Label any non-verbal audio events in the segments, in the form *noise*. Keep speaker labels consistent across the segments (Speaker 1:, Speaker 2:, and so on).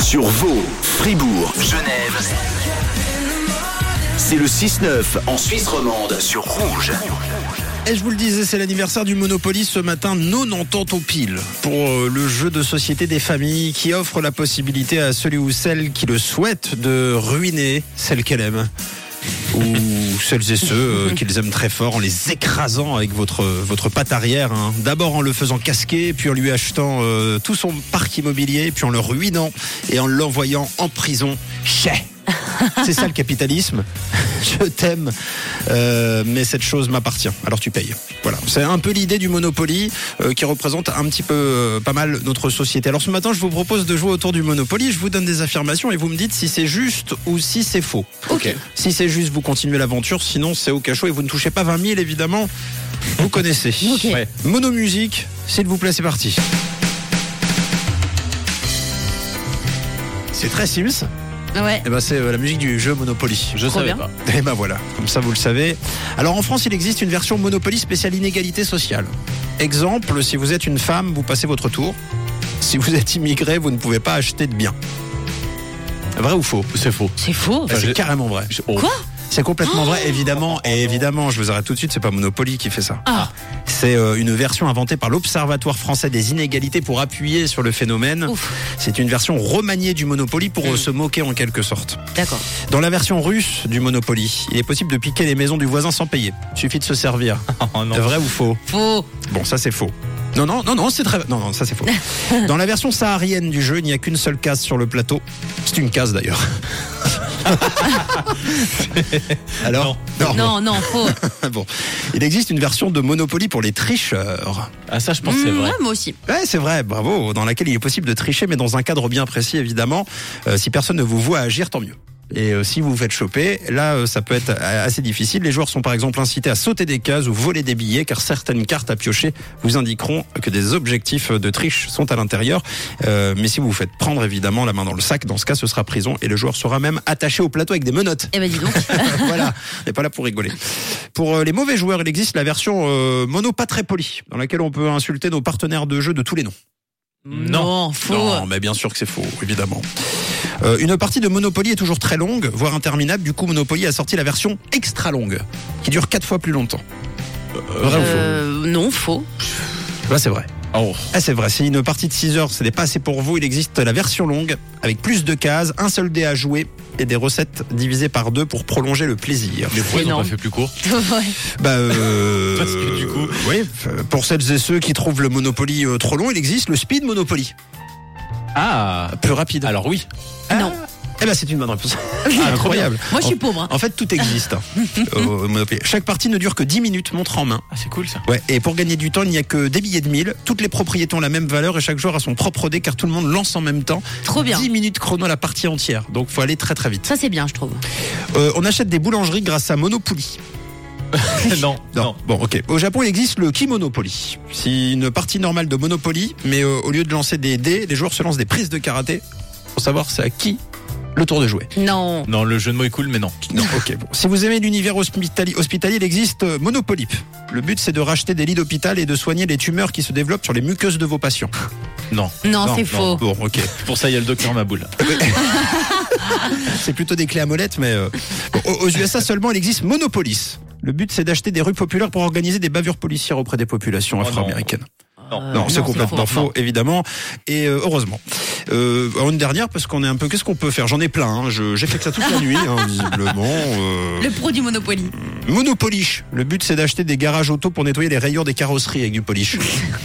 Speaker 1: sur Vaud, Fribourg, Genève. C'est le 6-9 en Suisse romande sur Rouge.
Speaker 2: Et je vous le disais, c'est l'anniversaire du Monopoly ce matin, non entente au pile, pour euh, le jeu de société des familles qui offre la possibilité à celui ou celle qui le souhaite de ruiner celle qu'elle aime. Ou celles et ceux euh, qu'ils aiment très fort en les écrasant avec votre, votre patte arrière. hein. D'abord en le faisant casquer, puis en lui achetant euh, tout son parc immobilier, puis en le ruinant et en l'envoyant en prison. Chais C'est ça le capitalisme. *laughs* Je t'aime, euh, mais cette chose m'appartient. Alors tu payes. Voilà. C'est un peu l'idée du Monopoly euh, qui représente un petit peu euh, pas mal notre société. Alors ce matin, je vous propose de jouer autour du Monopoly. Je vous donne des affirmations et vous me dites si c'est juste ou si c'est faux.
Speaker 3: Ok.
Speaker 2: Si c'est juste, vous continuez l'aventure. Sinon, c'est au cachot et vous ne touchez pas 20 000, évidemment. Vous connaissez.
Speaker 3: *laughs* Ok. Ouais.
Speaker 2: Monomusique, s'il vous plaît, c'est parti. C'est très Sims.
Speaker 3: Ah Ouais.
Speaker 2: Eh ben, c'est euh, la musique du jeu Monopoly.
Speaker 4: Je
Speaker 3: Trop
Speaker 4: savais
Speaker 3: bien.
Speaker 4: pas.
Speaker 2: *laughs* Et ben voilà, comme ça vous le savez. Alors en France, il existe une version Monopoly spéciale inégalité sociale. Exemple, si vous êtes une femme, vous passez votre tour. Si vous êtes immigré, vous ne pouvez pas acheter de biens. Vrai ou faux
Speaker 4: C'est faux.
Speaker 3: C'est faux.
Speaker 2: Ah, C'est
Speaker 4: j'ai-
Speaker 2: carrément vrai.
Speaker 4: Je- oh.
Speaker 3: Quoi
Speaker 2: C'est complètement
Speaker 3: Oh
Speaker 2: vrai, évidemment. Et évidemment, je vous arrête tout de suite, c'est pas Monopoly qui fait ça.
Speaker 3: Ah,
Speaker 2: C'est euh, une version inventée par l'Observatoire français des inégalités pour appuyer sur le phénomène.
Speaker 3: Ouf. Hmm.
Speaker 2: C'est une version remaniée du Monopoly pour euh, se moquer en quelque sorte.
Speaker 3: d'accord.
Speaker 2: Dans la version russe du Monopoly, il est possible de piquer les maisons du voisin sans payer. Suffit de se servir.
Speaker 4: *laughs* Oh non.
Speaker 2: Vrai ou faux
Speaker 3: Faux.
Speaker 2: Bon, ça c'est faux. Non, non, non, non, c'est très. Non, non, ça c'est faux.
Speaker 4: *laughs*
Speaker 2: Dans la version saharienne du jeu, il n'y a qu'une seule case sur le plateau. C'est une case
Speaker 4: *laughs*
Speaker 2: d'ailleurs. Alors
Speaker 3: Non, non,
Speaker 4: *laughs*
Speaker 3: faux.
Speaker 2: *laughs* Bon. Il existe une version de Monopoly pour les tricheurs.
Speaker 4: Ah ça, je pense que c'est
Speaker 3: Hmm,
Speaker 4: vrai.
Speaker 3: ouais, moi aussi.
Speaker 2: Ouais, c'est vrai, bravo, dans laquelle il est possible de tricher, mais dans un cadre bien précis, évidemment. Euh, si personne ne vous voit agir, tant mieux. Et euh, si vous vous faites choper, là, euh, ça peut être euh, assez difficile. Les joueurs sont par exemple incités à sauter des cases ou voler des billets, car certaines cartes à piocher vous indiqueront que des objectifs de triche sont à l'intérieur. Euh, mais si vous vous faites prendre, évidemment, la main dans le sac, dans ce cas, ce sera prison et le joueur sera même attaché au plateau avec des menottes. *laughs*
Speaker 3: Eh ben
Speaker 4: *laughs*
Speaker 3: dis donc.
Speaker 2: voilà, on n'est pas là pour rigoler. Pour euh, les mauvais joueurs, il existe la version euh, mono pas très polie, dans laquelle on peut insulter nos partenaires de jeu de tous les noms.
Speaker 3: Non, faux.
Speaker 2: Non, mais bien sûr que c'est faux, évidemment. Euh, une partie de Monopoly est toujours très longue, voire interminable. Du coup, Monopoly a sorti la version extra longue, qui dure quatre fois plus longtemps. vrai
Speaker 3: Euh, non, faux.
Speaker 2: ou faux Là, c'est vrai.
Speaker 4: Oh.
Speaker 2: Ah, c'est vrai. Si une partie de 6 heures, ce n'est pas assez pour vous, il existe la version longue, avec plus de cases, un seul dé à jouer et des recettes divisées par deux pour prolonger le plaisir.
Speaker 4: Mais pourquoi ils n'ont
Speaker 3: énorme.
Speaker 4: pas fait plus court
Speaker 3: *laughs* Ouais.
Speaker 2: Bah, euh,
Speaker 4: *laughs* Parce que du coup-
Speaker 2: oui. euh, Pour celles et ceux qui trouvent le Monopoly euh, trop long, il existe le Speed Monopoly,
Speaker 4: Ah.
Speaker 2: plus rapide.
Speaker 4: Alors oui.
Speaker 3: Non.
Speaker 4: Ah.
Speaker 2: Eh ben, c'est une bonne
Speaker 3: *laughs*
Speaker 2: réponse. Incroyable.
Speaker 3: Ah, Moi, je suis pauvre. hein.
Speaker 2: En fait, tout existe.
Speaker 3: *laughs*
Speaker 2: hein, au Monopoly. Chaque partie ne dure que 10 minutes, montre en main.
Speaker 4: Ah c'est cool ça.
Speaker 2: Ouais. Et pour gagner du temps, il n'y a que des billets de 1000. Toutes les propriétés ont la même valeur et chaque joueur a son propre dé car tout le monde lance en même temps.
Speaker 3: Trop bien.
Speaker 2: 10 minutes chrono la partie entière. Donc, faut aller très très vite.
Speaker 3: Ça, c'est bien, je trouve.
Speaker 2: Euh, on achète des boulangeries grâce à Monopoly.
Speaker 4: non.
Speaker 2: Non.
Speaker 4: Non.
Speaker 2: Bon, ok. Au Japon, il existe le Kimonopoly. C'est une partie normale de Monopoly, mais euh, au lieu de lancer des dés, les joueurs se lancent des prises de karaté pour savoir c'est à qui le tour de jouer.
Speaker 3: Non.
Speaker 4: Non, le jeu de mots est cool, mais non.
Speaker 2: Non, ok, bon. Si vous aimez l'univers hospitali- hospitalier, il existe euh, Monopolyp. Le but, c'est de racheter des lits d'hôpital et de soigner les tumeurs qui se développent sur les muqueuses de vos patients.
Speaker 4: Non.
Speaker 3: Non, c'est
Speaker 2: non,
Speaker 3: faux.
Speaker 2: Bon, ok.
Speaker 4: Pour ça, il y a le docteur Maboul.
Speaker 2: C'est plutôt des clés à molette, mais euh, bon, aux- aux USA seulement, il existe Monopolis. Le but, c'est d'acheter des rues populaires pour organiser des bavures policières auprès des populations
Speaker 4: Oh non.
Speaker 2: afro-américaines.
Speaker 4: Non.
Speaker 3: Euh,
Speaker 2: non, c'est complètement
Speaker 3: faux.
Speaker 2: faux, évidemment. Et euh, heureusement. Euh, alors, une dernière, parce qu'on est un peu. Qu'est-ce qu'on peut faire J'en ai plein. hein. Je- J'ai fait que ça toute la nuit, hein, visiblement. euh.
Speaker 3: Le pro du Monopoly.
Speaker 2: Monopolish. Le but, c'est d'acheter des garages auto pour nettoyer les rayures des carrosseries avec du polish.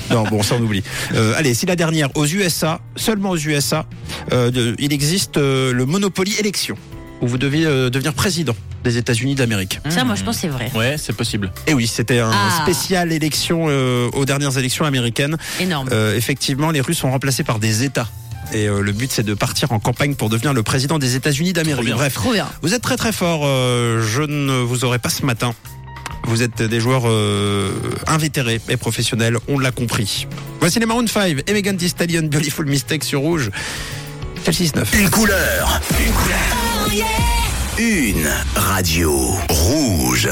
Speaker 2: non, bon, ça on oublie. Euh, allez, c'est la dernière. Aux USA, seulement aux USA, euh, de- il existe euh, le Monopoly élection, où vous devez euh, devenir président des États-Unis d'Amérique.
Speaker 3: Ça,
Speaker 4: Mm.
Speaker 3: moi, je pense que c'est vrai.
Speaker 4: Ouais, c'est possible.
Speaker 2: Et oui, c'était un
Speaker 3: Ah.
Speaker 2: spécial élection euh, aux dernières élections américaines.
Speaker 3: Énorme.
Speaker 2: Euh, effectivement, les Russes sont remplacés par des États. Et euh, le but, c'est de partir en campagne pour devenir le président des États-Unis
Speaker 4: Trop
Speaker 2: d'Amérique.
Speaker 4: bien.
Speaker 2: Bref,
Speaker 3: Trop bien.
Speaker 2: vous êtes très très fort. euh, je ne vous aurai pas ce matin. Vous êtes des joueurs euh, invétérés et professionnels, on l'a compris. Voici les Maroon 5 et Megan Thee Stallion, Beautiful Mistake sur Rouge. C'est le 6-9.
Speaker 1: Une couleur. Une couleur. Une radio rouge.